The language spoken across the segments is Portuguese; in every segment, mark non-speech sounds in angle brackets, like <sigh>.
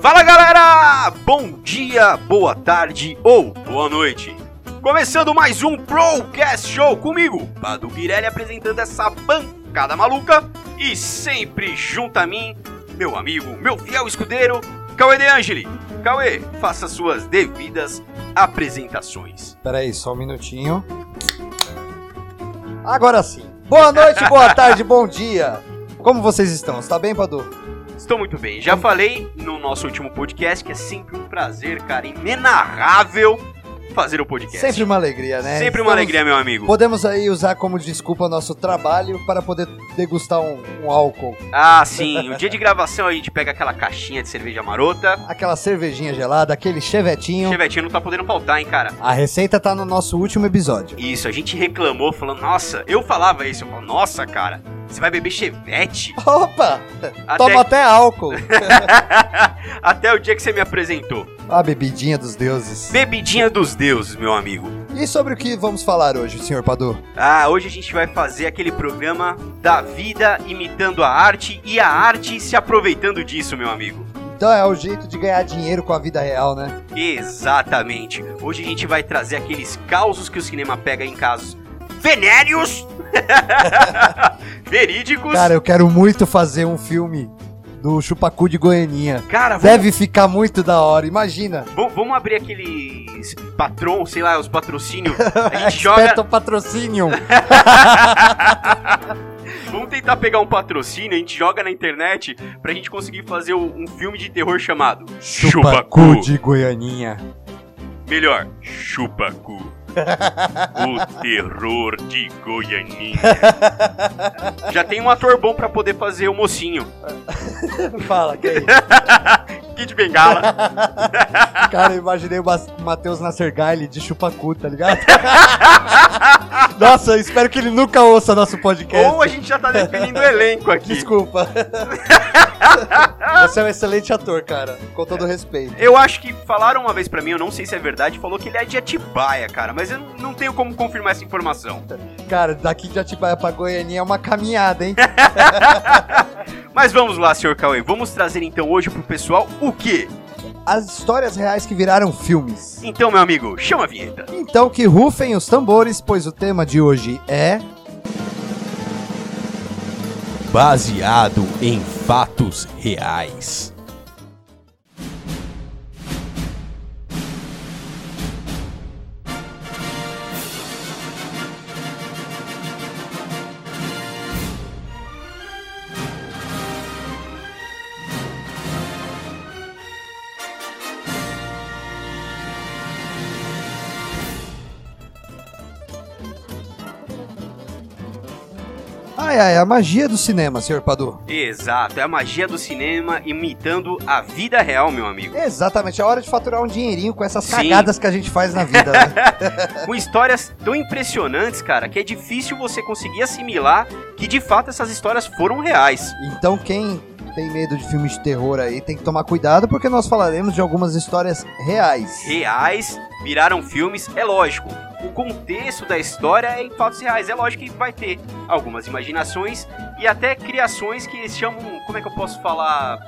Fala galera! Bom dia, boa tarde ou boa noite! Começando mais um Procast Show comigo, Padu Pirelli apresentando essa bancada maluca e sempre junto a mim, meu amigo, meu fiel escudeiro, Cauê De Angeli. Cauê, faça suas devidas apresentações. Peraí, só um minutinho. Agora sim. Boa noite, <laughs> boa tarde, bom dia. Como vocês estão? Está bem, Padu? Estou muito bem. Já falei no nosso último podcast que é sempre um prazer, cara, inenarrável fazer o podcast. Sempre uma alegria, né? Sempre uma Estamos- alegria, meu amigo. Podemos aí usar como desculpa nosso trabalho para poder degustar um, um álcool, Ah, sim. O dia de gravação a gente pega aquela caixinha de cerveja marota. aquela cervejinha gelada, aquele chevetinho. Chevetinho não tá podendo faltar, hein, cara. A receita tá no nosso último episódio. Isso, a gente reclamou falando, nossa, eu falava isso, eu falava, nossa, cara, você vai beber chevette? Opa! Até, <laughs> Toma até álcool. até o dia que você me apresentou. A bebidinha dos deuses. Bebidinha dos deuses, meu amigo. E sobre o que vamos falar hoje, senhor Padu? Ah, hoje a gente vai fazer aquele programa da vida imitando a arte e a arte se aproveitando disso, meu amigo. Então é o jeito de ganhar dinheiro com a vida real, né? Exatamente. Hoje a gente vai trazer aqueles causos que o cinema pega em casos venéreos, <laughs> verídicos. Cara, eu quero muito fazer um filme do Chupacu de Goianinha. Cara, vamos, Deve ficar muito da hora, imagina. vamos- vamos abrir aqueles patrão, sei lá, os patrocínios. <laughs> A gente joga. Esperto patrocínio. Vamos tentar pegar um patrocínio, a gente joga na internet pra gente conseguir fazer um um filme de terror chamado Chupacu de Goianinha. Melhor, Chupacu. o terror de Goianinha. Já tem um ator bom pra poder fazer o mocinho. <laughs> Fala, que é isso? Kid Bengala. <laughs> Cara, eu imaginei o Mas- Matheus Nassergaile de Chupacu, <laughs> tá ligado? Nossa, eu espero que ele nunca ouça nosso podcast. Ou a gente já tá definindo o elenco aqui. <laughs> Desculpa. Você é um excelente ator, cara. Com todo respeito. Eu acho que falaram uma vez pra mim, eu não sei se é verdade, falou que ele é de Atibaia, cara, mas eu não tenho como confirmar essa informação. Cara, daqui de Atibaia pra Goianinha é uma caminhada, hein? Mas vamos lá, senhor Cauê, vamos trazer então hoje pro pessoal o quê? As histórias reais que viraram filmes. Então, meu amigo, chama a vinheta. Então que rufem os tambores, pois o tema de hoje é... baseado em fatos reais. Ai, ai, a magia do cinema, senhor Padu. Exato, é a magia do cinema imitando a vida real, meu amigo. Exatamente, é hora de faturar um dinheirinho com essas Sim. cagadas que a gente faz na vida, né? <laughs> Com histórias tão impressionantes, cara, que é difícil você conseguir assimilar que de fato essas histórias foram reais. Então quem tem medo de filmes de terror aí tem que tomar cuidado porque nós falaremos de algumas histórias reais. reais viraram filmes, é lógico. O contexto da história é em fatos reais, é lógico que vai ter algumas imaginações e até criações que eles chamam, como é que eu posso falar,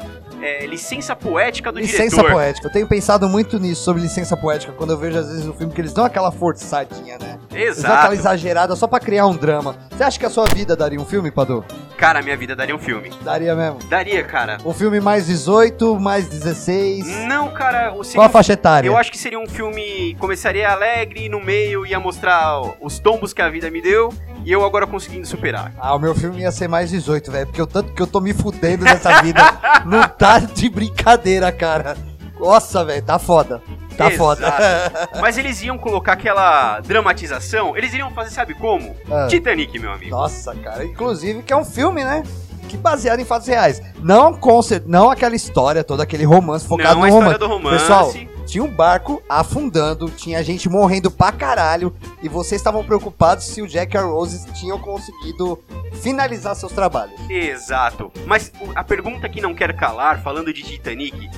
É, licença poética do Licença diretor. poética. Eu tenho pensado muito nisso sobre licença poética quando eu vejo às vezes no filme que eles dão aquela forçadinha, né? Eles dão Exato. aquela exagerada só pra criar um drama. Você acha que a sua vida daria um filme, Padu? Cara, minha vida daria um filme. Daria mesmo. Daria, cara. Um filme mais 18, mais 16. Não, cara, o Qual a seria... faixa etária? Hum, eu acho que seria um filme começaria alegre no meio ia mostrar os tombos que a vida me deu e eu agora conseguindo superar. Ah, o meu filme ia ser mais 18, velho. Porque o tanto que eu tô me fudendo <laughs> nessa vida não tá de brincadeira, cara. Nossa, velho, tá foda. Tá Exato. foda. <laughs> Mas eles iam colocar aquela dramatização, eles iriam fazer, sabe como? Ah. Titanic, meu amigo. Nossa, cara. Inclusive que é um filme, né? Que baseado em fatos reais. Não conce- não aquela história, todo aquele romance Tá focado Não no a romance. história do romance. Pessoal, tinha um barco afundando, tinha gente morrendo pra caralho, e vocês estavam preocupados se o Jack e a Rose tinham conseguido finalizar seus trabalhos. Exato. Mas o- a pergunta que não quer calar, falando de Titanic,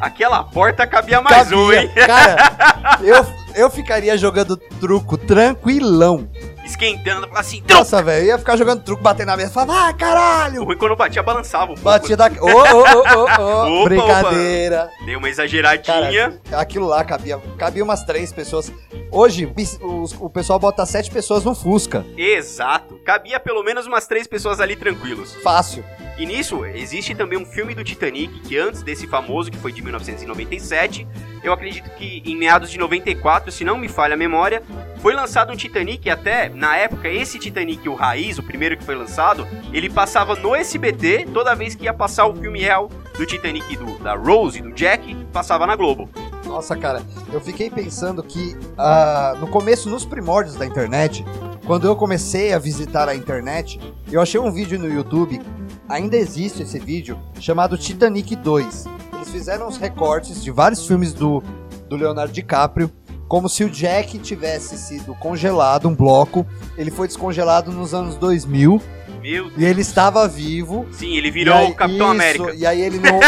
aquela porta cabia mais Cabia. um, hein? <laughs> Cara, eu, eu ficaria jogando truco tranquilão. esquentando, falava assim, truco. Nossa, velho, eu ia ficar jogando truco, batendo na mesa, falava, ah, O caralho! ruim quando batia, balançava um pouco. Batia da... Ô, ô, ô, ô, <laughs> Opa, ô, brincadeira. Dei uma exageradinha. Cara, aquilo lá cabia, cabia umas três pessoas. Hoje, bis- os- o pessoal bota sete pessoas no Fusca. Exato. Cabia pelo menos umas três pessoas ali tranquilos. Fácil. E nisso, existe também um filme do Titanic que antes desse famoso, que foi de 1997, eu acredito que em meados de 94, se não me falha a memória, foi lançado um Titanic e até, na época, esse Titanic, o Raiz, o primeiro que foi lançado, ele passava no SBT toda vez que ia passar o filme real do Titanic do, da Rose e do Jack, passava na Globo. Nossa, cara, eu fiquei pensando que ah, no começo, nos primórdios da internet, quando eu comecei a visitar a internet, eu achei um vídeo no YouTube, ainda existe esse vídeo, chamado Titanic 2. Eles fizeram uns recortes de vários filmes do, do Leonardo DiCaprio, como se o Jack tivesse sido congelado, um bloco. Ele foi descongelado nos anos 2000 Meu e ele estava vivo Sim, ele virou e aí- o Capitão isso, América. E aí <laughs> ele não.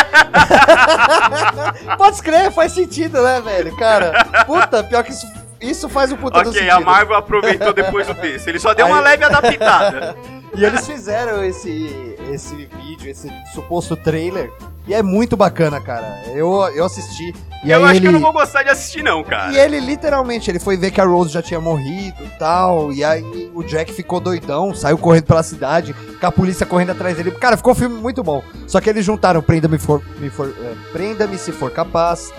Pode escrever, faz sentido, né, velho? Cara, puta, pior que isso, isso faz um puta do Ok, sentido. a Marvel aproveitou depois do texto. Ele só deu uma Aí- leve adaptada. <laughs> E eles fizeram esse, esse vídeo, esse suposto trailer. E é muito bacana, cara. Eu, eu assisti. <laughs> E eu aí acho ele... que eu não vou gostar de assistir, não, cara. E ele literalmente, ele foi ver que a Rose já tinha morrido e tal, e aí o Jack ficou doidão, saiu correndo pela cidade, com a polícia correndo atrás dele. Cara, ficou um filme muito bom. Só que eles juntaram Prenda-me For- me For- é, Prenda-me se for capaz,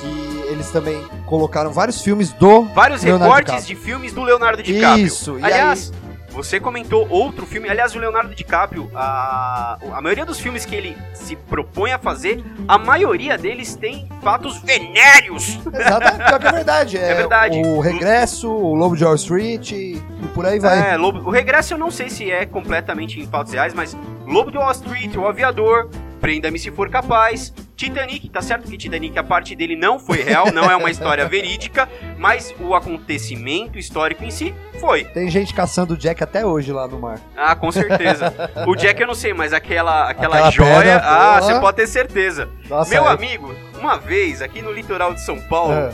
que eles também colocaram vários filmes do Vários Leonardo recortes de filmes do Leonardo DiCaprio. Isso, e Aliás, você comentou outro filme. Aliás, o Leonardo DiCaprio, a, a maioria dos filmes que ele se propõe a fazer, a maioria deles tem fatos venéreos. <laughs> Exato, pior que é verdade. É, É verdade. O Regresso, o Lobo de Wall Street e por aí vai. É, Lobo- o regresso eu não sei se é completamente em fatos reais, mas Lobo de Wall Street, O Aviador, Prenda-me se for capaz, Titanic, tá certo que Titanic a parte dele não foi real, não <laughs> é uma história verídica, mas o acontecimento histórico em si foi. Tem gente caçando o Jack até hoje lá no mar. Ah, com <laughs> certeza. o Jack eu não sei, mas aquela, aquela, Aquela joia. pedra, ah, porra. você pode ter certeza. Nossa, Meu é- amigo, uma vez aqui no litoral de São Paulo. Ah.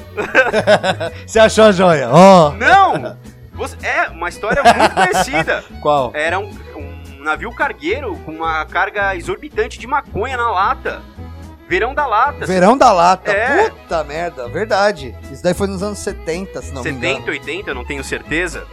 <laughs> Você achou a joia? Ó, Não! Você- é uma história muito conhecida. qual? Era um, um navio cargueiro com uma carga exorbitante de maconha na lata. Verão da lata. Verão da Lata. É. Puta merda, verdade. Isso daí foi nos anos 70, se não me engano. 70, 80, eu não tenho certeza.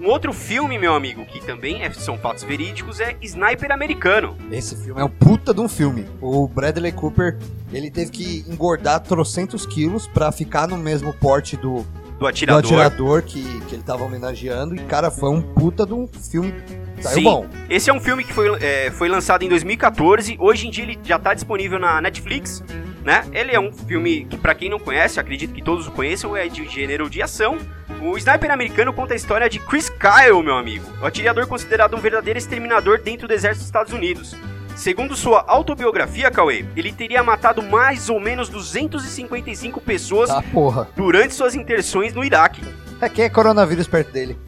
Um outro filme, meu amigo, que também é- são fatos verídicos, é Sniper Americano. Esse filme é um puta de um filme. O Bradley Cooper, ele teve que engordar trocentos quilos pra ficar no mesmo porte do, Do do atirador. atirador que, que ele tava homenageando. E, cara, foi um puta de um filme. Saiu Sim. bom. Esse é um filme que foi, é, foi lançado em 2014. Hoje em dia ele já tá disponível na Netflix, né? Ele é um filme que, pra quem não conhece, acredito que todos o conheçam, é de gênero de ação. O sniper americano conta a história de Chris Kyle, meu amigo, o atirador considerado um verdadeiro exterminador dentro do exército dos Estados Unidos. Segundo sua autobiografia, Cauê, ele teria matado mais ou menos 255 pessoas Tá, porra. durante suas interções no <laughs> Iraque. É quem é coronavírus perto dele.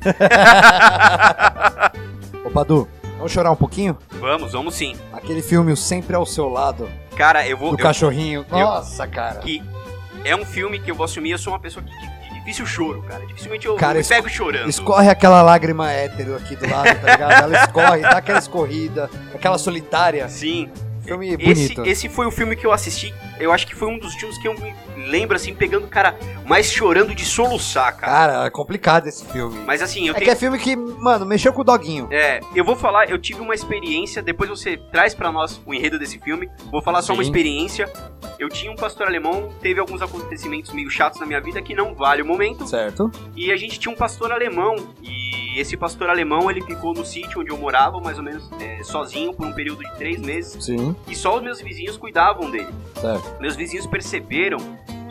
Ô, Padu, vamos chorar um pouquinho? Vamos, vamos sim. Aquele filme, O Sempre ao Seu Lado, Cara, eu vou. do eu- cachorrinho. eu- Nossa, cara. que é um filme que eu vou assumir, eu sou uma pessoa que de, de difícil choro, cara. Dificilmente eu Cara, me esco- pego chorando. Escorre aquela lágrima hétero aqui do lado, tá ligado? Ela escorre, dá aquela escorrida, aquela solitária. Sim. Filme Esse, é é- bonito. esse foi o filme que eu assisti. Eu acho que foi um dos filmes que eu me lembro, assim, pegando, cara, mais chorando de soluçar, cara. Cara, é complicado esse filme. Mas assim, eu é tenho. que é filme que, mano, mexeu com o doguinho. É, eu vou falar, eu tive uma experiência, depois você traz pra nós o enredo desse filme. Vou falar só uma Sim. experiência. Eu tinha um pastor alemão, teve alguns acontecimentos meio chatos na minha vida que não vale o momento. Certo. E a gente tinha um pastor alemão. E esse pastor alemão ele ficou no sítio onde eu morava, mais ou menos é, sozinho, por um período de três meses. Sim, E só os meus vizinhos cuidavam dele. certo. Meus vizinhos perceberam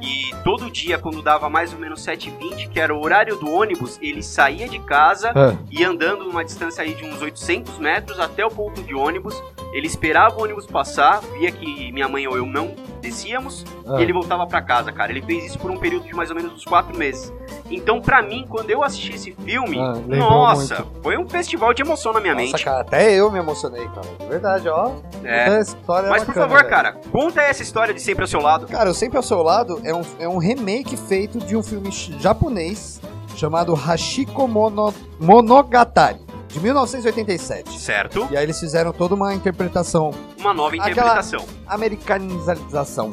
que todo dia, quando dava mais ou menos 7h20, que era o horário do ônibus, ele saía de É, casa Ah, e andando uma distância aí de uns 800 metros até o ponto de ônibus. Ele esperava o ônibus passar, via que minha mãe ou eu não descíamos ah. e ele voltava pra casa, cara. Ele fez isso por um período de mais ou menos uns quatro meses. Então, pra mim, quando eu assisti esse filme, Ah, lembrou nossa, foi um festival de emoção na minha Nossa, mente. cara, até eu me emocionei, cara. De verdade, ó. É. Essa história é Mas por bacana, favor, velho. cara, conta essa história de sempre ao seu lado. Cara, o Sempre ao Seu Lado é um, é um remake feito de um filme ch- japonês chamado Hashiko Mono- Monogatari, de 1987. certo? E aí eles fizeram toda uma interpretação, Uma nova Aquela- <laughs> interpretação. americanização.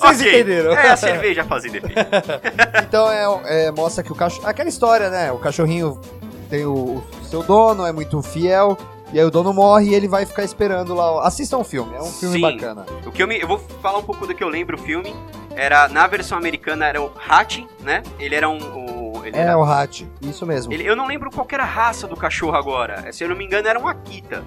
Ok, entenderam. É a cerveja fazendo efeito. Então é, é, mostra que o cachorro. Aquela história, né? O cachorrinho tem o, o seu dono, é muito fiel. E aí o dono morre e ele vai ficar esperando lá. Assistam o filme, é um filme Sim. bacana. O que eu, me, eu vou falar um pouco do que eu lembro do filme. Era, na versão americana, era o Hachi, né? Ele era um... o- ele É era- o Hat, isso mesmo. Ele- eu não lembro qual que era a raça do cachorro agora. Se eu não me engano, era um Akita.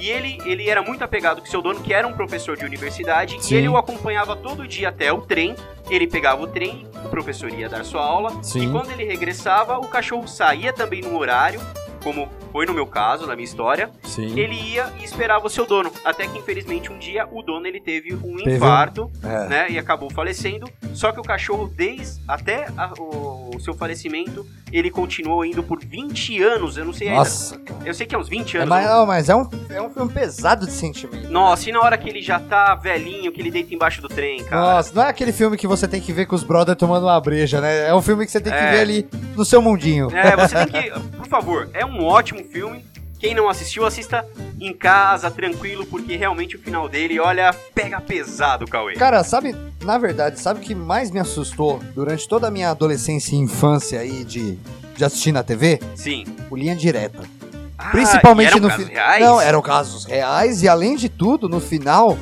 E ele, ele era muito apegado com seu dono, que era um professor de universidade. Sim. E ele o acompanhava todo dia até o trem. Ele pegava o trem, o professor ia dar sua aula. E Sim. quando ele regressava, o cachorro saía também num horário, como foi no meu caso, na minha história. Sim. Ele ia e esperava o seu dono. Até que, infelizmente, um dia o dono ele teve um Teve um- infarto É. né, e acabou falecendo. Só que o cachorro, desde até a- o, o seu falecimento, ele continuou indo por 20 anos. Eu não sei Nossa, cara. ainda. Eu sei que é uns 20 É, anos. mas, né? não, mas é, um, é um filme pesado de sentimento. Nossa, e na hora que ele já tá velhinho, que ele deita embaixo do trem, cara. Nossa, não é aquele filme que você tem que ver com os brother tomando uma breja, né? É um filme que você tem que É. ver ali no seu mundinho. É, você tem que. Por favor, é um ótimo filme. Quem não assistiu, assista em casa, tranquilo, porque realmente o final dele, olha, pega pesado, Cauê. Cara, sabe, na verdade, sabe o que mais me assustou durante toda a minha adolescência e infância aí de, de assistir na TV? Sim. O Linha Direta. Ah, Principalmente e eram no casos fi- reais? Não, é eram casos reais e além de tudo, no final,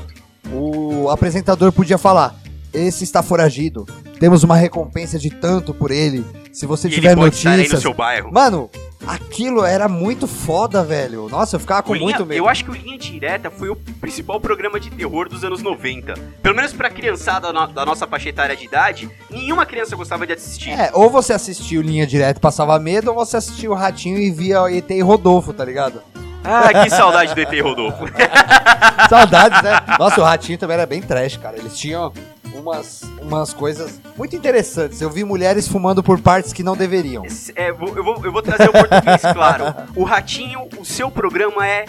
o apresentador podia falar: "Esse está foragido. Temos uma recompensa de tanto por ele. Se você E ele tiver pode estar aí no notícias". seu bairro. Mano, aquilo era muito foda, velho. Nossa, eu ficava com O Linha- muito medo. Eu acho que o Linha Direta foi o principal programa de terror dos anos 90. Pelo menos pra criançada no- da nossa faixa etária de idade, nenhuma criança gostava de assistir. É, ou você assistiu Linha Direta e passava medo, ou você assistiu o Ratinho e via o ET e Rodolfo, tá ligado? Ah, que saudade do ET Rodolfo. <laughs> <laughs> Saudades, né? Nossa, o Ratinho também era bem trash, cara. Eles tinham umas, umas coisas muito interessantes. Eu vi mulheres fumando por partes que não deveriam. É, vou- eu, vou, eu vou trazer o português, claro. O Ratinho, o seu programa é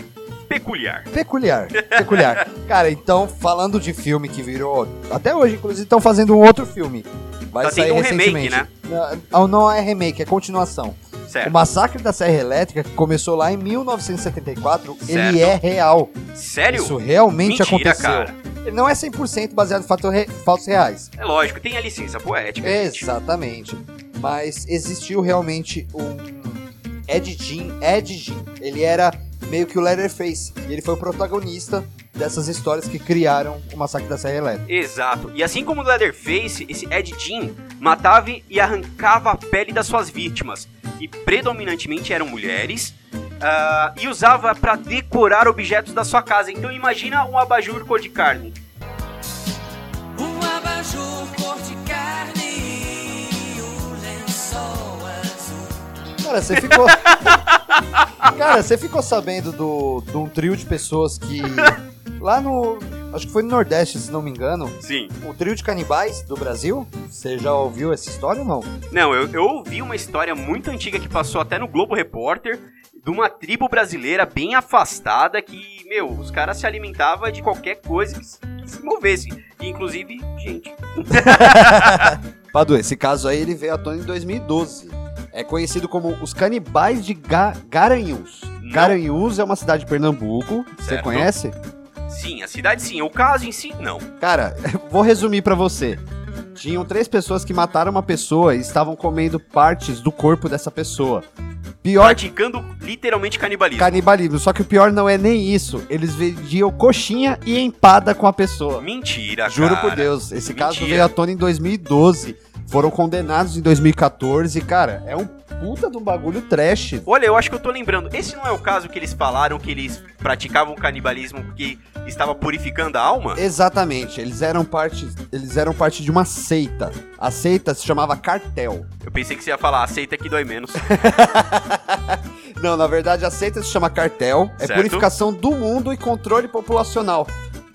peculiar. Peculiar, peculiar. Cara, então, falando de filme que virou... Até hoje, inclusive, estão fazendo um outro filme. Vai Tá sair tendo um remake, recentemente. né? É. Não, não é remake, é continuação. O Certo. massacre da Serra Elétrica, que começou lá em 1974, Certo. ele é real. Sério? Isso realmente Mentira, aconteceu. cara. Ele não é 100% baseado em fato re- fatos reais. É lógico, tem a licença poética. gente. Exatamente. Mas existiu realmente um Ed Gein. Ed Gein. Ele era meio que o Leatherface. E ele foi o protagonista dessas histórias que criaram o Massacre da Serra Elétrica. Exato. E assim como o Leatherface, esse Ed Gein matava e arrancava a pele das suas vítimas. E predominantemente eram mulheres. ah, e usava pra decorar objetos da sua casa. Então imagina um abajur cor de carne. Um abajur cor de carne, um lençol azul. Cara, você ficou... <laughs> Cara, você ficou sabendo do- de um trio de pessoas que... Lá no... Acho que foi no Nordeste, se não me engano. Sim. O trio de canibais do Brasil. Você já ouviu essa história ou não? Não, eu, eu ouvi uma história muito antiga que passou até no Globo Repórter de uma tribo brasileira bem afastada que, meu, os caras se alimentavam de qualquer coisa que se que se movesse. Inclusive, gente. Padu, esse caso aí ele veio à tona em 2012. É conhecido como os canibais de Ga- Garanhuns. Não. Garanhuns é uma cidade de Pernambuco. Você Certo. conhece? Sim, a cidade sim. O caso em si, não. Cara, <laughs> vou resumir pra você. Tinham três pessoas que mataram uma pessoa e estavam comendo partes do corpo dessa pessoa. Pior que praticando literalmente canibalismo. canibalismo, só que o pior não é nem isso. Eles vendiam coxinha e empada com a pessoa. Mentira, Juro cara. por Deus, esse caso mentira. veio à tona em 2012. Foram condenados em 2014. Cara, é um puta de um bagulho trash. Olha, eu acho que eu tô lembrando. Esse não é o caso que eles falaram que eles praticavam canibalismo porque estava purificando a alma? Exatamente, eles eram parte, eles eram parte de uma seita. A seita se chamava cartel. Eu pensei que você ia falar, aceita que <laughs> dói menos. Tipo, Não, na verdade a seita se chama cartel, é Certo. purificação do mundo e controle populacional.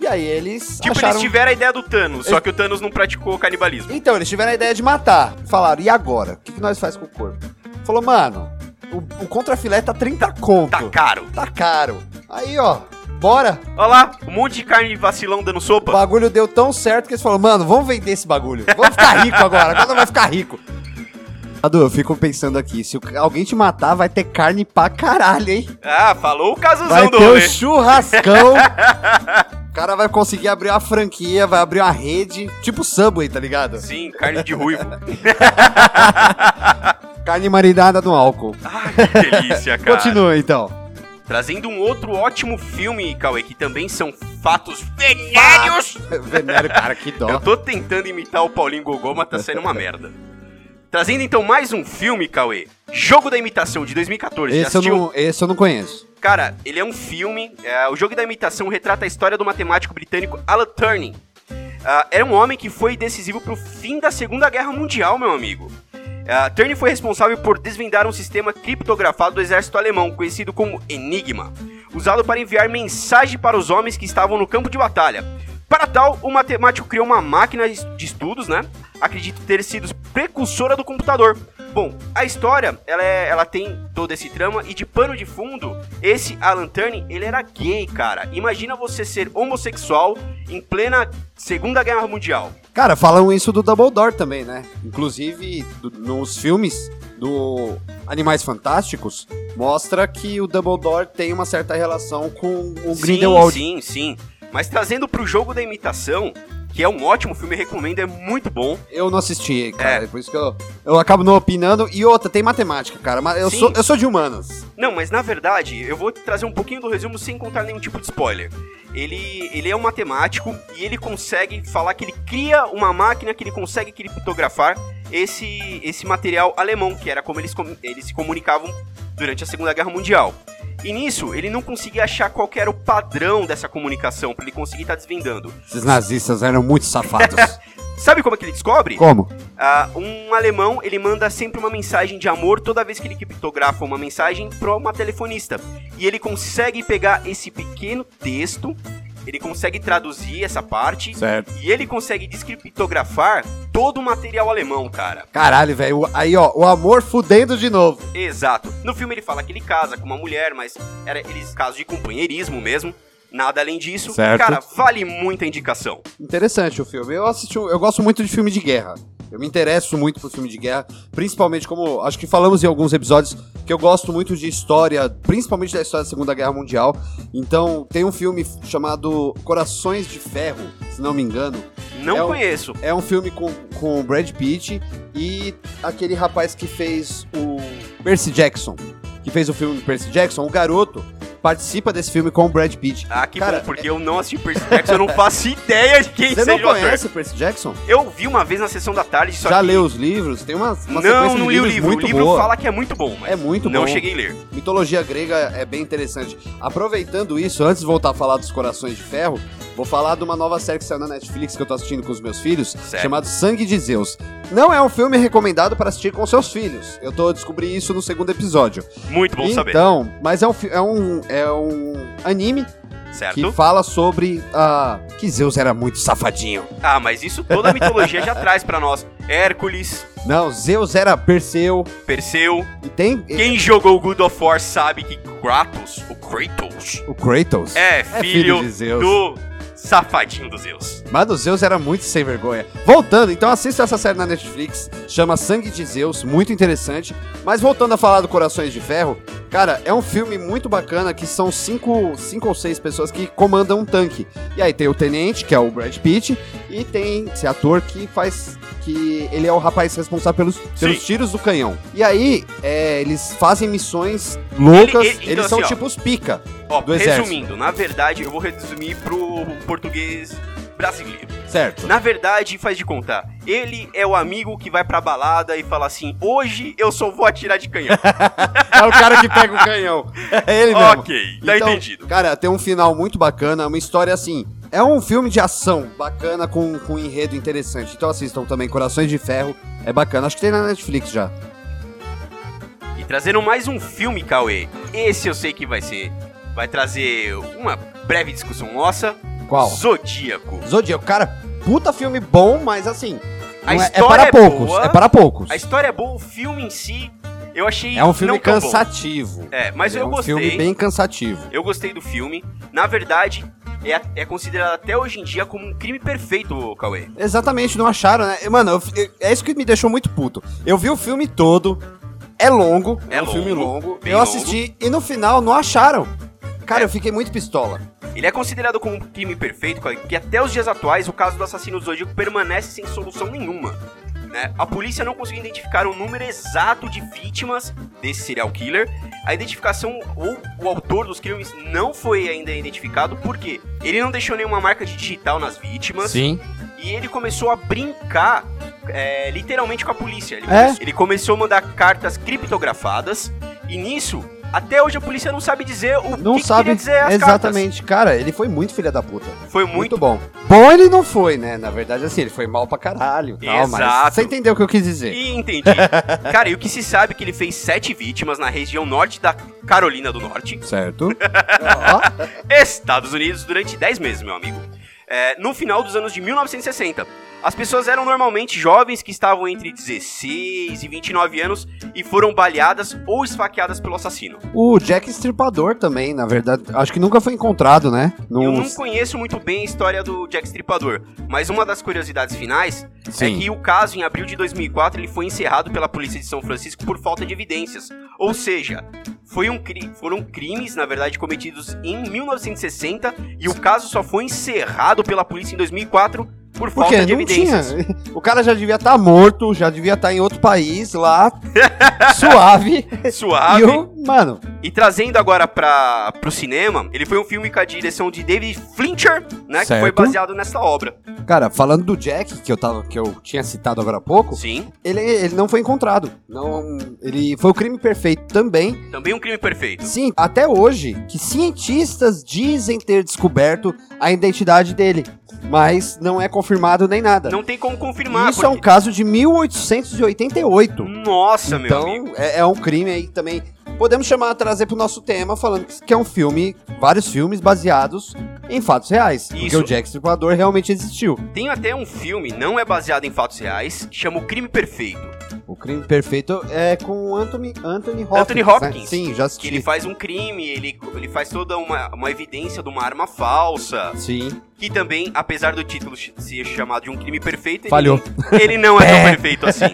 E aí eles tipo, acharam... eles tiveram a ideia do Thanos, só que o Thanos não praticou canibalismo. Então, eles tiveram a ideia de matar. Falaram, e agora? O que, que nós faz com o corpo? Falou, mano, o, o contrafilé tá 30 conto. Tá caro. Tá caro. Aí, ó, bora. Olha lá, um monte de carne vacilão dando O sopa. bagulho deu tão certo que eles falaram, mano, vamos vender esse bagulho. Vamos ficar rico agora, agora nós vamos ficar rico. Cadu, eu fico pensando aqui, se o- alguém te matar, vai ter carne pra caralho, hein? Ah, falou o Vai casuzão do ter o rolê. <laughs> churrascão. o cara vai conseguir abrir uma franquia, vai abrir uma rede, tipo Subway, tá ligado? Sim, carne de ruivo. <laughs> Carne marinada no álcool. Ai, que delícia, cara. <laughs> Continua então. Trazendo um outro ótimo filme, Cauê, que também são fatos venéreos. Venero, cara, que Eu dó. tô tentando imitar o Paulinho Gogol, mas tá saindo uma merda. Trazendo então mais um filme, Cauê. Jogo da Imitação, de 2014. Já Esse eu, assistiu? não, esse eu não conheço. Cara, ele é um filme. é, o Jogo da Imitação retrata a história do matemático britânico Alan Turing. Ah, era um homem que foi decisivo pro fim da Segunda Guerra Mundial, meu amigo. Ah, Turing foi responsável por desvendar um sistema criptografado do exército alemão, conhecido como Enigma, usado para enviar mensagem para os homens que estavam no campo de batalha. Para tal, o matemático criou uma máquina de estudos, né? Acredito ter sido precursora do computador. Bom, a história, ela, é- ela tem todo esse trama e de pano de fundo, esse Alan Turing, ele era gay, cara. Imagina você ser homossexual em plena Segunda Guerra Mundial. Cara, falam isso do Dumbledore também, né? Inclusive, do- nos filmes do Animais Fantásticos, mostra que o Dumbledore tem uma certa relação com o Grindelwald. Sim, sim, sim. Mas trazendo pro jogo da imitação, que é um ótimo filme, recomendo, é muito bom. Eu não assisti, É. cara. Por isso que eu, eu acabo não opinando. E outra, tem matemática, cara. Mas eu Sim. sou, eu sou de humanas. Não, mas na verdade, eu vou trazer um pouquinho do resumo sem contar nenhum tipo de spoiler. Ele, ele é um matemático e ele consegue falar que ele cria uma máquina que ele consegue criptografar esse, esse material alemão, que era como eles, com- eles se comunicavam durante a Segunda Guerra Mundial. E nisso, ele não conseguia achar qual que era o padrão dessa comunicação, pra ele conseguir estar desvendando. Esses nazistas eram muito safados. <laughs> Sabe como é que ele descobre? Como? Ah, um alemão, ele manda sempre uma mensagem de amor toda vez que ele criptografa uma mensagem para uma telefonista. E ele consegue pegar esse pequeno texto, ele consegue traduzir essa parte Certo. e ele consegue descriptografar todo o material alemão, cara. Caralho, velho. o- Aí, ó, o amor fudendo de novo. Exato. No filme ele fala que ele casa com uma mulher, mas era eles casos de companheirismo mesmo. Nada além disso. Certo. Cara, vale muito a indicação. Interessante o filme. Eu assisti, um- eu gosto muito de filme de guerra. Eu me interesso muito por filme de guerra, principalmente como acho que falamos em alguns episódios que eu gosto muito de história, principalmente da história da Segunda Guerra Mundial. Então, tem um filme chamado Corações de Ferro, se não me engano, Não É o- conheço. É um filme com, com o Brad Pitt e aquele rapaz que fez o Percy Jackson, que fez o filme do Percy Jackson, o garoto, participa desse filme com o Brad Pitt. Ah, que Cara, é- bom, porque eu não assisti Percy Jackson, eu não faço ideia de quem Você não seja o ator. conhece o Percy Jackson? Eu vi uma vez na sessão da tarde, só Já que... leu os livros? Tem uma, uma não, sequência não de li o livros livro. O muito livro boa. fala que é muito bom, mas É muito não bom. cheguei a ler. Mitologia grega é bem interessante. Aproveitando isso, antes de voltar a falar dos Corações de Ferro, vou falar de uma nova série que saiu na Netflix que eu tô assistindo com os meus filhos, Certo. chamado Sangue de Zeus. Não é um filme recomendado para assistir com seus filhos. Eu tô descobri isso no segundo episódio. Muito bom saber, então, mas é um, fi- é um é um anime que certo? fala sobre ah, que Zeus era muito safadinho. Ah, mas isso toda a mitologia já traz pra nós. Hércules, Não, Zeus era Perseu Perseu. e tem Quem jogou God of War sabe que Kratos, o Kratos, o Kratos. é filho filho, de Zeus. do safadinho dos Zeus. Mas o Zeus era muito sem vergonha. Voltando, então assista essa série na Netflix, chama Sangue de Zeus, muito interessante. Mas voltando a falar do Corações de Ferro, cara, é um filme muito bacana que são cinco, cinco ou seis pessoas que comandam um tanque. E aí tem o Tenente, que é o Brad Pitt, e tem esse ator que faz. que ele é o rapaz responsável pelos, pelos tiros do canhão. E aí, é, eles fazem missões loucas, Ele- ele- então, eles são assim, ó. tipo os pica. Ó, Do exército. resumindo, na verdade, eu vou resumir pro português brasileiro. <laughs> Certo. Na verdade, faz de conta, ele é o amigo que vai pra balada e fala assim: hoje eu só vou atirar de canhão. <laughs> É o cara que pega o canhão. <laughs> É ele mesmo. Ok, tá Então, entendido. Cara, tem um final muito bacana, uma história assim. É um filme de ação bacana com, com um enredo interessante. Então assistam também Corações de Ferro. É bacana. Acho que tem na Netflix já. E trazendo mais um filme, Cauê. Esse eu sei que vai ser. Vai trazer uma breve discussão nossa. Qual? Zodíaco. Zodíaco. Cara, puta filme bom, mas assim. A não é, é história para é poucos. boa. É para poucos. A história é boa, o filme em si, eu achei. É um filme não tão bom. cansativo. É, mas é eu um gostei. filme bem cansativo. Eu gostei do filme. Na verdade, é, é considerado até hoje em dia como um crime perfeito, Cauê. Exatamente, não acharam, né? Mano, eu- eu- é isso que me deixou muito puto. Eu vi o filme todo, é longo, é, É um filme longo, É. longo. bem Eu assisti e no final não acharam. Cara, eu fiquei muito pistola. Ele é considerado como um crime perfeito, Cauê, que até os dias atuais o caso do assassino do Zodíaco permanece sem solução nenhuma. né? A polícia não conseguiu identificar o número exato de vítimas desse serial killer. A identificação ou o autor dos crimes não foi ainda identificado, porque ele não deixou nenhuma marca de digital nas vítimas. Sim. E ele começou a brincar é, literalmente com a polícia. Ele, É? come- ele começou a mandar cartas criptografadas. E nisso, até hoje a polícia não sabe dizer o Não que que sabe queria dizer as exatamente. Cara, ele foi muito filha da puta. cartas. Foi muito, Muito bom. Bom ele não foi, né? Na verdade, assim, ele foi mal pra caralho. e Tal, Exato. mas você entendeu o que eu quis dizer. E entendi. Cara, e o que se sabe é que ele fez sete vítimas na região norte da Carolina do Norte, Certo? Ó, Estados Unidos, durante 10 meses, meu amigo. É, no final dos anos de 1960. As pessoas eram normalmente jovens que estavam entre 16 e 29 anos e foram baleadas ou esfaqueadas pelo assassino. o Jack Estripador também, na verdade. Acho que nunca foi encontrado, né? Num- Eu não conheço muito bem a história do Jack Stripador, mas uma das curiosidades finais é Sim. que o caso, em abril de 2004, ele foi encerrado pela polícia de São Francisco por falta de evidências. Ou seja, foi um cri- foram crimes, na verdade, cometidos em 1960 e o caso só foi encerrado pela polícia em 2004 por Por falta quê? de Não evidências. tinha. O cara já devia estar morto, já devia estar em outro <laughs> país lá, suave. Suave. E o, mano, E trazendo agora para o cinema, ele foi um filme com a direção de David Flincher, né, que foi Certo. baseado nessa obra. cara, falando do Jack, que eu, tava, que eu tinha citado agora há pouco, Sim, ele, ele não foi encontrado. Não, ele foi o crime perfeito também. também um crime perfeito. Sim, até hoje, que cientistas dizem ter descoberto a identidade dele, mas não é confirmado nem nada. Não tem como confirmar. E Isso é um porque- caso de 1888. Nossa, meu amigo. Então, é, é um crime aí também. Podemos chamar, trazer pro nosso tema, falando que- que é um filme, vários filmes baseados em fatos reais. Porque Isso. o Jack Stripador realmente existiu. Tem até um filme, não é baseado em fatos reais, que chama O Crime Perfeito. O crime perfeito é com o Anthony, Anthony Hopkins. Anthony Hopkins. né? Sim, já Que assisti. ele faz um crime, ele, ele faz toda uma, uma evidência de uma arma falsa. Sim. Que também, apesar do título ch- ser chamado de um crime perfeito, ele, Falhou. ele não é tão <laughs> É. perfeito assim.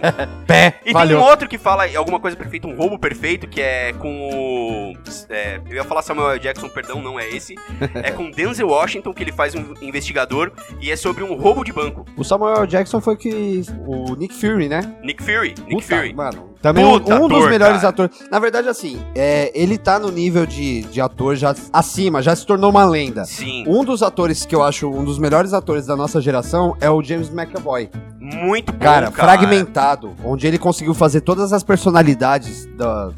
Pé. E valeu. tem um outro que fala alguma coisa perfeita, um roubo perfeito, que é com o. é, eu ia falar Samuel L. Jackson, perdão, não é <laughs> esse. É com Denzel Washington, que ele faz um investigador, e é sobre um roubo de banco. O Samuel Jackson foi que. O Nick Fury, né? Nick Fury. Nick Puta, Fury. Mano, também um- Puta um, dos ator, melhores cara. atores. Na verdade, assim, é, ele tá no nível de, de ator já acima, já se tornou uma lenda. Sim. Um dos atores que eu acho um dos melhores atores da nossa geração é o James McAvoy. Muito bom, Cara, fragmentado, onde ele conseguiu fazer todas as personalidades da-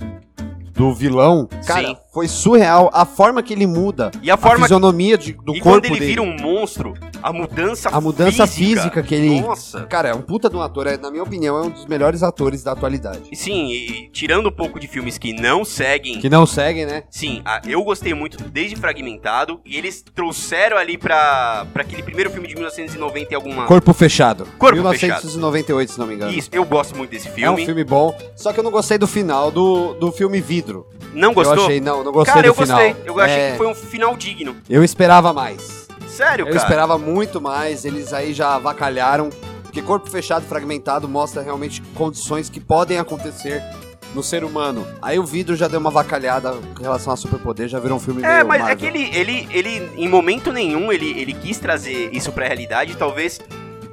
do vilão. Cara, Sim. foi surreal a forma que ele muda, E a a, forma fisionomia de- do e corpo quando ele dele. vira um monstro, a mudança a mudança física, que ele. Nossa. Cara, é um puta de um ator, é, na minha opinião, é um dos melhores atores da atualidade. E Sim, e, e tirando um pouco de filmes que não seguem. Que não seguem, né? Sim, a- eu gostei muito desde Fragmentado. E eles trouxeram ali pra, pra aquele primeiro filme de 1990 e alguma. Corpo fechado. Corpo 1998, se não me engano. Isso, eu gosto muito desse É um filme. filme bom, só que eu não gostei do final do, do filme Vidro. Não gostou? Eu achei, não, não gostei cara, do eu final. gostei. Eu achei É, que foi um final digno. Eu esperava mais. Sério, Eu cara. esperava muito mais, eles aí já avacalharam. Porque corpo fechado, fragmentado, mostra realmente condições que podem acontecer no ser humano. Aí o vidro já deu uma avacalhada em relação a superpoder, já virou um filme É, meio mas é Marvel. que ele, ele, ele, em momento nenhum, ele, ele quis trazer isso pra realidade. Talvez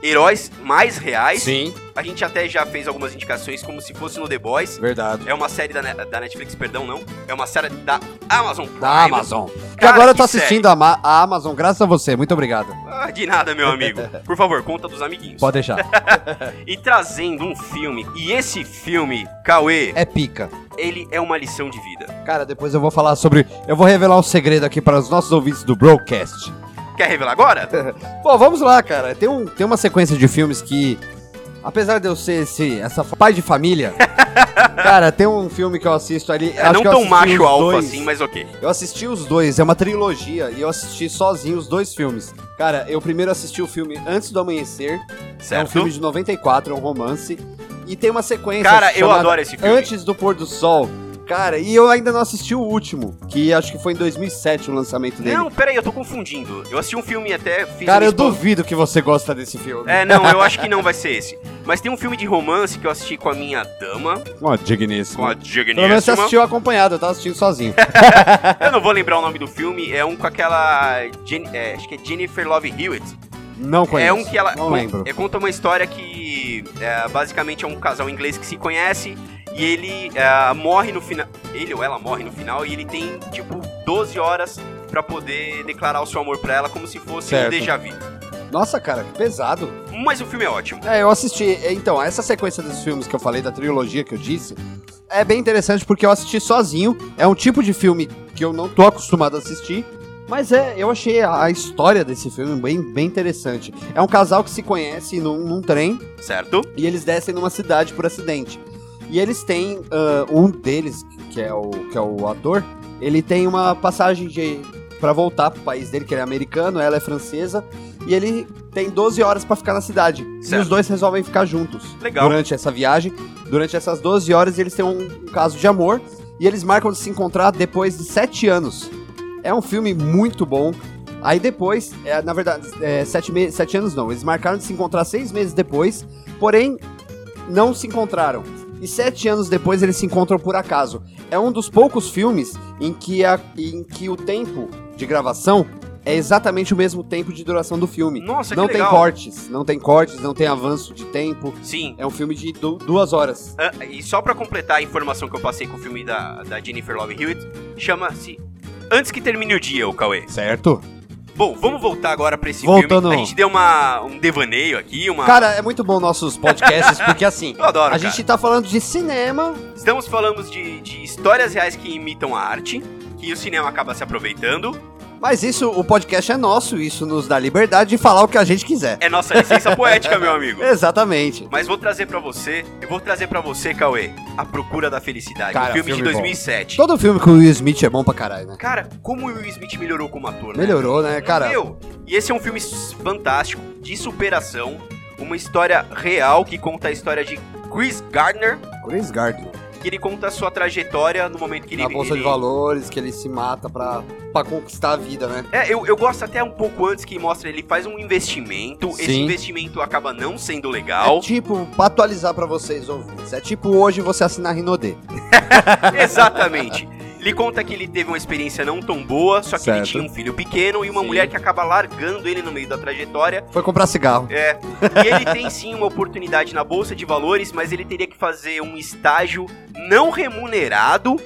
heróis mais reais. Sim, A gente até já fez algumas indicações como se fosse no The Boys. verdade. É uma série da, Ne- da Netflix, perdão, não. É uma série da Amazon Prime. Da Amazon. que Cara, agora eu tô que série. assistindo a, Ma- a Amazon, graças a você. Muito obrigado. Ah, de nada, meu <laughs> amigo. Por favor, conta dos amiguinhos. Pode deixar. E trazendo um filme. E esse filme, Cauê, É pica. ele é uma lição de vida. Cara, depois eu vou falar sobre. Eu vou revelar um segredo aqui para os nossos ouvintes do Broadcast. Quer revelar <laughs> agora? Bom, vamos lá, cara. Tem, um, tem uma sequência de filmes que. Apesar de eu ser esse, essa fa- pai <laughs> de família, cara, tem um filme que eu assisto ali. É, acho não que eu tão assisti macho os alfa dois. um assim, mas ok. Eu assisti os dois, é uma trilogia, e eu assisti sozinho os dois filmes. Cara, eu primeiro assisti o filme Antes do Amanhecer, é um Certo? filme de 94, é um romance. E tem uma sequência. Cara, eu chamada adoro esse filme. Antes do Pôr do Sol, Cara, e eu ainda não assisti o último, que acho que foi em 2007 o lançamento dele. Não, peraí, eu tô confundindo. Eu assisti um filme e até fiz. uma Cara, eu expo- duvido que você gosta desse filme. É, não, eu <laughs> acho que não vai ser esse. Mas tem um filme de romance que eu assisti com a minha dama, Ó, com a digníssimo. Pelo menos você digníssima. assistiu acompanhado, eu tava assistindo sozinho. É. Eu não vou lembrar o nome do filme, é um com aquela. Jen- é, acho que é Jennifer Love Hewitt. Não conheço. É um que ela Não con- lembro. é, conta uma história que é, basicamente é um casal inglês que se conhece e ele é, morre no final. Ele ou ela morre no final e ele tem tipo 12 horas pra poder declarar o seu amor pra ela como se fosse um Certo. déjà vu. Nossa, cara, que pesado. Mas o filme é ótimo. É, eu assisti. É, Então, essa sequência dos filmes que eu falei, da trilogia que eu disse, é bem interessante porque eu assisti sozinho. É um tipo de filme que eu não tô acostumado a assistir. Mas é, eu achei a a história desse filme bem, bem interessante. É um casal que se conhece num, num trem Certo? e eles descem numa cidade por acidente. E eles têm. ah, um deles, que é, o, que é o ator, ele tem uma passagem de. Pra voltar pro país dele, que ele é americano, ela é francesa, e ele tem 12 horas pra ficar na cidade. E Certo. os dois resolvem ficar juntos Legal. durante essa viagem. Durante essas 12 horas, eles têm um, um caso de amor e eles marcam de se encontrar depois de 7 anos. É um filme muito bom. Aí depois, é, na verdade, é, sete, me- sete anos não, eles marcaram de se encontrar seis meses depois, porém não se encontraram. E sete anos depois eles se encontram por acaso. É um dos poucos filmes em que, a, em que o tempo de gravação é exatamente o mesmo tempo de duração do filme. Nossa, não que tem legal. cortes, não tem cortes, não tem avanço de tempo. Sim. É um filme de du- duas horas. Ah, e só pra completar a informação que eu passei com o filme da, da Jennifer Love Hewitt, chama-se Antes que termine o dia, o Cauê. Certo. Bom, vamos voltar agora pra esse Voltando. filme. A gente deu uma, um devaneio aqui, uma. Cara, é muito bom nossos <laughs> podcasts, porque assim, eu adoro, a cara. gente tá falando de cinema. Estamos falando de, de histórias reais que imitam a arte, que o cinema acaba se aproveitando. Mas isso, o podcast é nosso, isso nos dá liberdade de falar o que a gente quiser. É nossa licença poética, meu <laughs> amigo. Exatamente. Mas vou trazer pra você, eu vou trazer pra você, Cauê, A Procura da Felicidade, Cara, um filme, de filme bom. 2007. Todo filme com o Will Smith é bom pra caralho, né? Cara, como o Will Smith melhorou como ator, né? Melhorou, né, cara? Meu, e esse é um filme s- fantástico, de superação, uma história real que conta a história de Chris Gardner, Chris Gardner. que ele conta a sua trajetória no momento que ele... Na bolsa de ele- valores, que ele se mata pra, pra conquistar a vida, né? É, eu, eu gosto até um pouco antes que mostra, ele faz um investimento, esse Sim. investimento acaba não sendo É legal. <laughs> tipo, pra atualizar pra vocês ouvintes, é tipo hoje você assinar Rinodê. Exatamente. Ele conta que ele teve uma experiência não tão boa, só que ele Certo. tinha um filho pequeno e uma Sim. mulher que acaba largando ele no meio da trajetória. Foi comprar cigarro. É. E ele tem sim uma oportunidade na bolsa de valores, mas ele teria que fazer um estágio não remunerado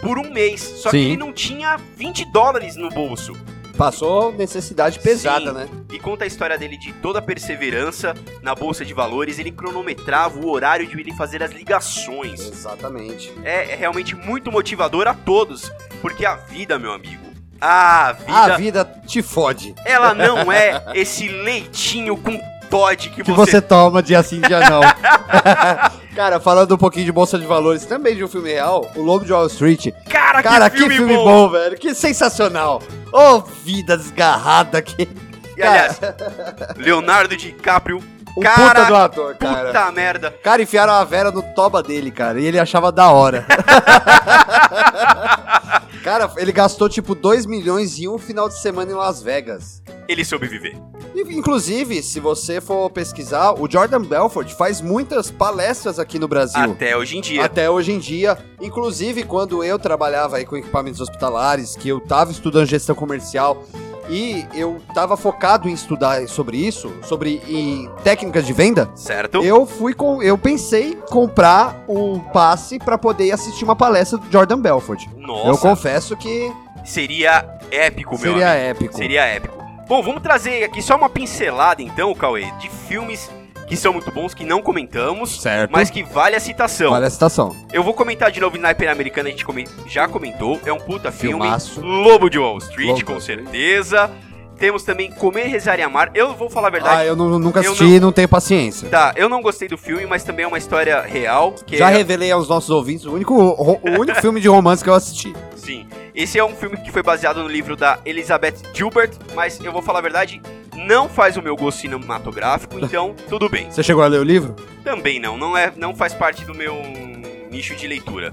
por um mês. Só que Sim. ele não tinha 20 dólares no bolso. Passou necessidade pesada, Sim. né? e conta a história dele de toda a perseverança na bolsa de valores. Ele cronometrava o horário de ele fazer as ligações. Exatamente. É, é realmente muito motivador a todos, porque a vida, meu amigo, a vida, A vida te fode. ela não é esse leitinho com Todd que, Que você. você toma dia sim, dia não. <laughs> Cara, falando um pouquinho de Bolsa de Valores, também de um filme real, O Lobo de Wall Street. Cara, Cara, que filme, bom. velho. Que sensacional. Ô, vida desgarrada aqui. E aliás, Leonardo DiCaprio, Um Cara, puta do ator, cara. puta merda. <laughs> Cara, enfiaram a Vera no toba dele, cara, e ele achava da hora. cara, ele gastou tipo 2 milhões em um final de semana em Las Vegas. Ele sobreviver. E, Inclusive, se você for pesquisar, o Jordan Belfort faz muitas palestras aqui no Brasil. Até hoje em dia. Até hoje em dia. Inclusive, quando eu trabalhava aí com equipamentos hospitalares, que eu tava estudando gestão comercial e eu tava focado em estudar sobre isso, sobre e, técnicas de venda, Certo? eu fui com. Eu pensei em comprar o passe pra poder ir assistir uma palestra do Jordan Belfort. Eu Nossa, confesso que seria épico, meu seria épico. Seria épico. Bom, vamos trazer aqui só uma pincelada então, Cauê, de filmes que são muito bons, que não comentamos, Certo. mas que vale a citação. Olha a citação. Eu vou comentar de novo Sniper Americana, a gente come- já comentou, é um puta filme. Filmaço. Lobo de Wall Street, Lobo. com certeza. Temos também Comer, Rezar e Amar. Eu vou falar a Ah, verdade. eu nu- nunca Eu assisti não- e não tenho paciência. Tá, eu não gostei do filme, mas também é uma história real. Que Já é- revelei aos nossos ouvintes o único, o, o único filme de romance que eu assisti. Sim. Esse é um filme que foi baseado no livro da Elizabeth Gilbert, mas eu vou falar a verdade, não faz o meu gosto <laughs> cinematográfico, então tudo bem. Você chegou a ler o livro? Também não, não, é, não faz parte do meu nicho de leitura.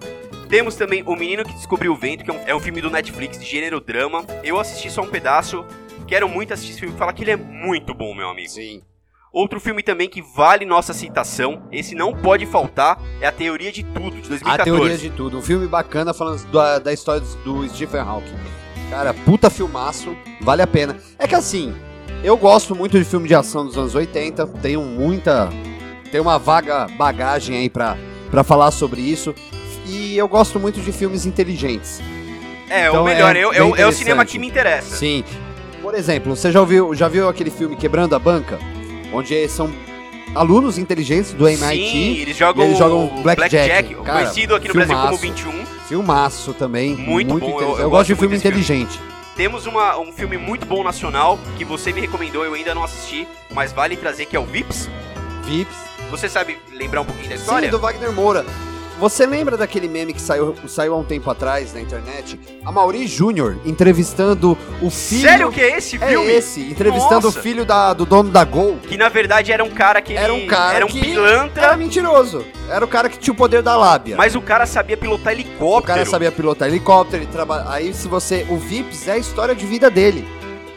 Temos também O Menino que Descobriu o Vento, que é um, é um filme do Netflix de gênero drama. Eu assisti só um pedaço. Quero muito assistir esse filme. Fala que ele é muito bom, meu amigo. Sim. Outro filme também que vale nossa citação, esse não pode faltar, é A Teoria de Tudo, de 2014. A Teoria de Tudo. Um filme bacana falando da, da história do Stephen Hawking. Cara, puta filmaço. Vale a pena. É que assim, eu gosto muito de filme de ação dos anos 80. Tenho muita... Tenho uma vaga bagagem aí pra, pra falar sobre isso. E eu gosto muito de filmes inteligentes. É, Então o melhor, é eu- bem eu- é, o interessante. cinema que me interessa. Sim. Por exemplo, você já ouviu, já viu aquele filme Quebrando a Banca? Onde são alunos inteligentes do MIT. Sim, eles jogam, eles jogam o blackjack, o cara, conhecido aqui no Brasil como filmaço. 21. Filmaço também. Muito bom, eu- inte- eu eu gosto gosto de muito filme desse filme. inteligente. Temos uma- um filme muito bom nacional, que você me recomendou, eu ainda não assisti, mas vale trazer, que é o Vips. Vips. Você sabe lembrar um pouquinho da Sim, história? do Wagner Moura. Você lembra daquele meme que saiu, saiu há um tempo atrás na internet? A Mauri Júnior entrevistando o filho. Sério que é esse É filme? esse, entrevistando Nossa. o filho da- do dono da Gol. Que na verdade era um cara que ele- Era um cara era um que- Era pilantra, mentiroso. Era o cara que tinha o poder da lábia. mas o cara sabia pilotar helicóptero. O cara sabia pilotar helicóptero, ele traba... aí se você... O Vips é a história de vida dele.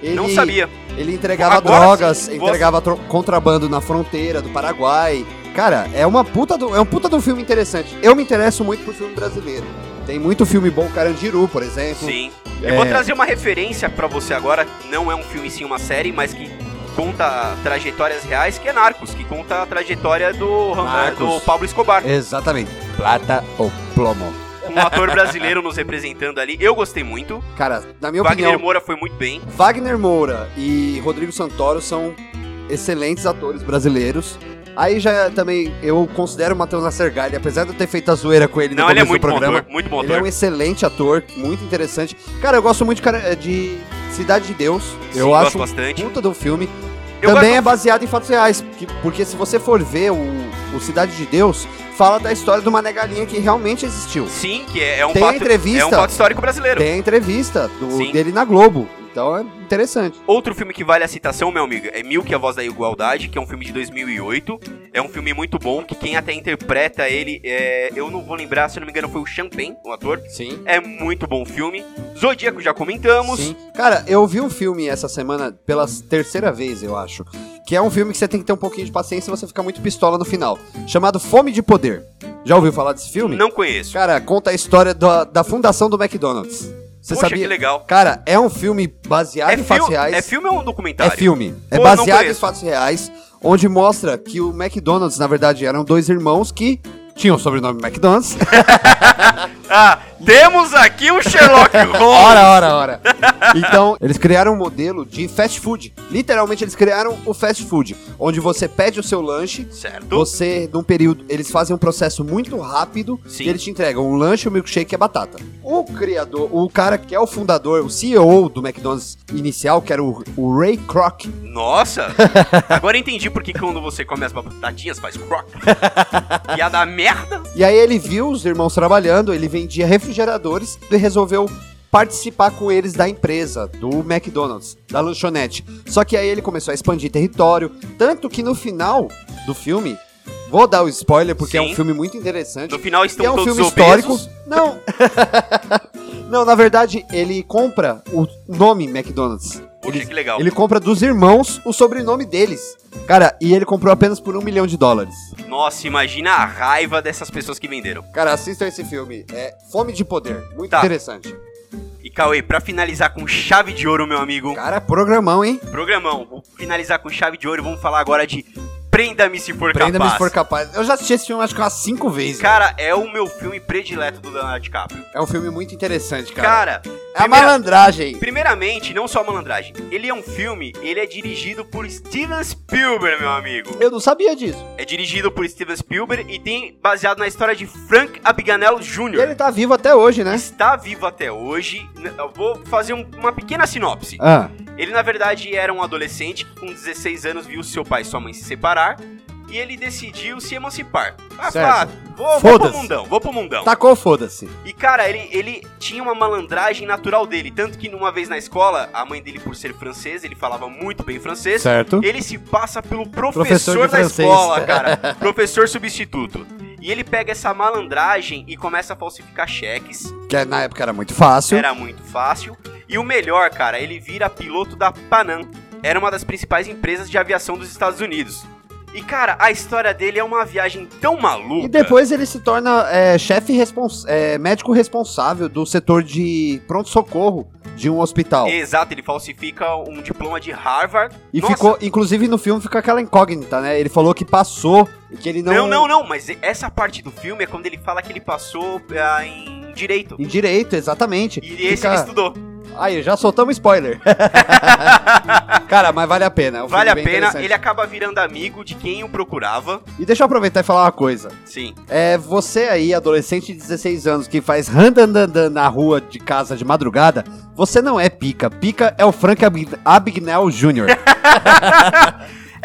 Ele, Não sabia. Ele entregava Agora drogas, sim, você- entregava tro- contrabando na fronteira do Paraguai. Cara, é uma puta do, é um puta do filme interessante. Eu me interesso muito por filme brasileiro. Tem muito filme bom, Carandiru, por exemplo. Sim. É. Eu vou trazer uma referência pra você agora, que não é um filme sim, uma série, mas que conta trajetórias reais, que é Narcos, que conta a trajetória do, Narcos. do Pablo Escobar, Exatamente. Plata ou plomo. um ator brasileiro nos representando ali. Eu gostei muito. Cara, na minha Wagner opinião, Moura foi muito bem. Wagner Moura e Rodrigo Santoro são excelentes atores brasileiros. Aí já é também eu considero o Matheus Nassergalli, apesar de eu ter feito a zoeira com ele no Não, ele é começo muito do bom programa. ator, muito bom Ele é um ator. excelente ator, muito interessante. Cara, eu gosto muito de, cara- eh, de Cidade de Deus. Sim, um- eu gosto acho bastante. puta do filme. Eu Também gosto- é baseado em fatos reais. que- porque se você for ver o, o Cidade de Deus, fala da história de uma negalinha que realmente existiu. Sim, que é, é um Tem fato, entrevista. é um fato histórico brasileiro. Tem a entrevista do- Sim. dele na Globo. Então é interessante. Outro filme que vale a citação, meu amigo, é Milk, a Voz da Igualdade, que é um filme de 2008. É um filme muito bom, que quem até interpreta ele, é... eu não vou lembrar, se eu não me engano foi o Champagne, o ator. Sim. É muito bom o filme. Zodíaco já comentamos. Cara, eu vi um filme essa semana pela terceira vez, eu acho. Que é um filme que você tem que ter um pouquinho de paciência e você fica muito pistola no final. Chamado Fome de Poder. Já ouviu falar desse filme? Não conheço. Cara, conta a história da, da fundação do McDonald's. Você Poxa, que sabia? legal. Cara, é um filme baseado É, em fatos fil reais. é filme ou um documentário? É filme. É Pô, não baseado em conheço. fatos reais, onde mostra que o McDonald's, na verdade, eram dois irmãos que tinham o <laughs> sobrenome McDonald's. Ah, temos aqui o <laughs> Sherlock Holmes. ora, ora, ora. Então, eles criaram um modelo de fast food. Literalmente, eles criaram o fast food, onde você pede o seu lanche certo. Você, num período, eles fazem um processo muito rápido Sim. e eles te entregam um lanche, um milkshake e a batata. O criador, o cara que é o fundador, o CEO do McDonald's inicial, que era o, o Ray Kroc, Nossa. <laughs> Agora entendi por que quando você come as batatinhas faz croc. <laughs> Ia dar merda. e aí ele viu os irmãos trabalhando, ele vendia refrigeradores e resolveu participar com eles da empresa, do McDonald's, da lanchonete. Só que aí ele começou a expandir território, tanto que no final do filme, vou dar o spoiler porque é Sim. um filme muito interessante. No final E estão é um todos filme histórico. obesos. Não. <laughs> não, na verdade, ele compra o nome McDonald's. Poxa, que legal. Ele compra dos irmãos o sobrenome deles. Cara, e ele comprou apenas por um milhão de dólares. Nossa, imagina a raiva dessas pessoas que venderam. Cara, assistam esse filme. É Fome de Poder. Muito Tá. interessante. E Cauê, pra finalizar com chave de ouro, meu amigo. Cara, programão, hein? Programão, vou finalizar com chave de ouro. Vamos falar agora de Prenda-me se for Prenda-me capaz. se for né? capaz. Eu já assisti esse filme acho que umas cinco vezes. Cara, é o meu filme predileto do Leonardo DiCaprio. É um filme muito interessante, cara. Cara, é a malandragem. primeiramente, não só a malandragem. Ele é um filme, ele é dirigido por Steven Spielberg, meu amigo. Eu não sabia disso. É dirigido por Steven Spielberg e tem baseado na história de Frank Abagnale E Jr. ele tá vivo até hoje, né? Está vivo até hoje. Eu vou fazer um- uma pequena sinopse. Ah, Ele, na verdade, era um adolescente que, com 16 anos, viu seu pai e sua mãe se separar e ele decidiu se emancipar. Ah, Certo. fala, vou, vou pro Foda-se. Tá. mundão, vou pro mundão. tacou, foda-se. E, cara, ele, ele tinha uma malandragem natural dele. Tanto que, numa vez na escola, a mãe dele, por ser francesa, ele falava muito bem francês. Certo. Ele se passa pelo professor, Professor de da <laughs> francês. escola, cara. professor substituto. E ele pega essa malandragem e começa a falsificar cheques. Que na época era muito fácil. Era muito fácil. E o melhor, cara, ele vira piloto da Panam. Era uma das principais empresas de aviação dos Estados Unidos. E, cara, a história dele é uma viagem tão maluca. E depois ele se torna é, chefe respons- é, médico responsável do setor de pronto-socorro de um hospital. E, Exato, ele falsifica um diploma de Harvard. Nossa, ficou, inclusive no filme fica aquela incógnita, né? Ele falou que passou, que ele não. Não, não, não, mas essa parte do filme é quando ele fala que ele passou ah, em direito. Em direito, exatamente. E esse ele um estudou. Aí, já soltamos <laughs> spoiler. Cara, mas vale a pena. é um Vale a filme bem pena, interessante. ele é- acaba virando amigo de quem o procurava. E deixa eu aproveitar e falar uma coisa. Sim. É você aí, adolescente de 16 anos, que faz randandandan na rua de casa de madrugada, você não é pica. Pica é o Frank Abig- Abagnale Jr.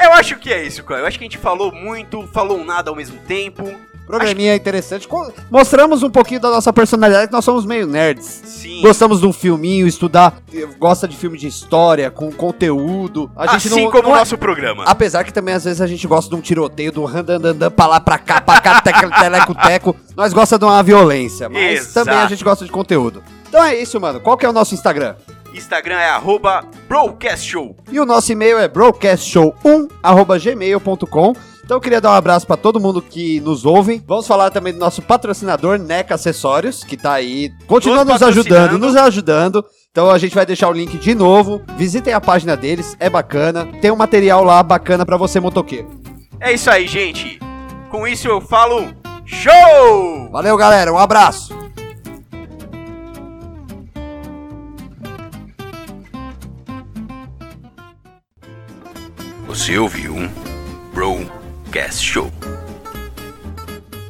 Eu acho que é isso, cara. Eu acho que a gente falou muito, falou nada ao mesmo tempo. Programinha interessante. Co- Mostramos um pouquinho da nossa personalidade, que nós somos meio nerds. Sim. Gostamos de um filminho, estudar, eh, gosta de filme de história, com conteúdo. A gente assim não, como não o é- nosso programa. Apesar que também às vezes a gente gosta de um tiroteio, do randandandan pra lá, pra cá, pra cá, <laughs> tecle- teleco-teco. Nós gosta de uma violência, mas Exato. também a gente gosta de conteúdo. Então é isso, mano. Qual que é o nosso Instagram? Instagram é arroba Broadcast Show. E o nosso e-mail é broadcastshow1@gmail.com. Então eu queria dar um abraço pra todo mundo que nos ouve. Vamos falar também do nosso patrocinador Neca Acessórios, que tá aí, continua Nos nos ajudando, patrocinando. nos ajudando. Então a gente vai deixar o link de novo. Visitem a página deles, é bacana. Tem um material lá bacana pra você motoqueiro. É isso aí, gente. Com isso eu falo show! Valeu, galera. Um abraço. Você ouviu um Broadcast Show.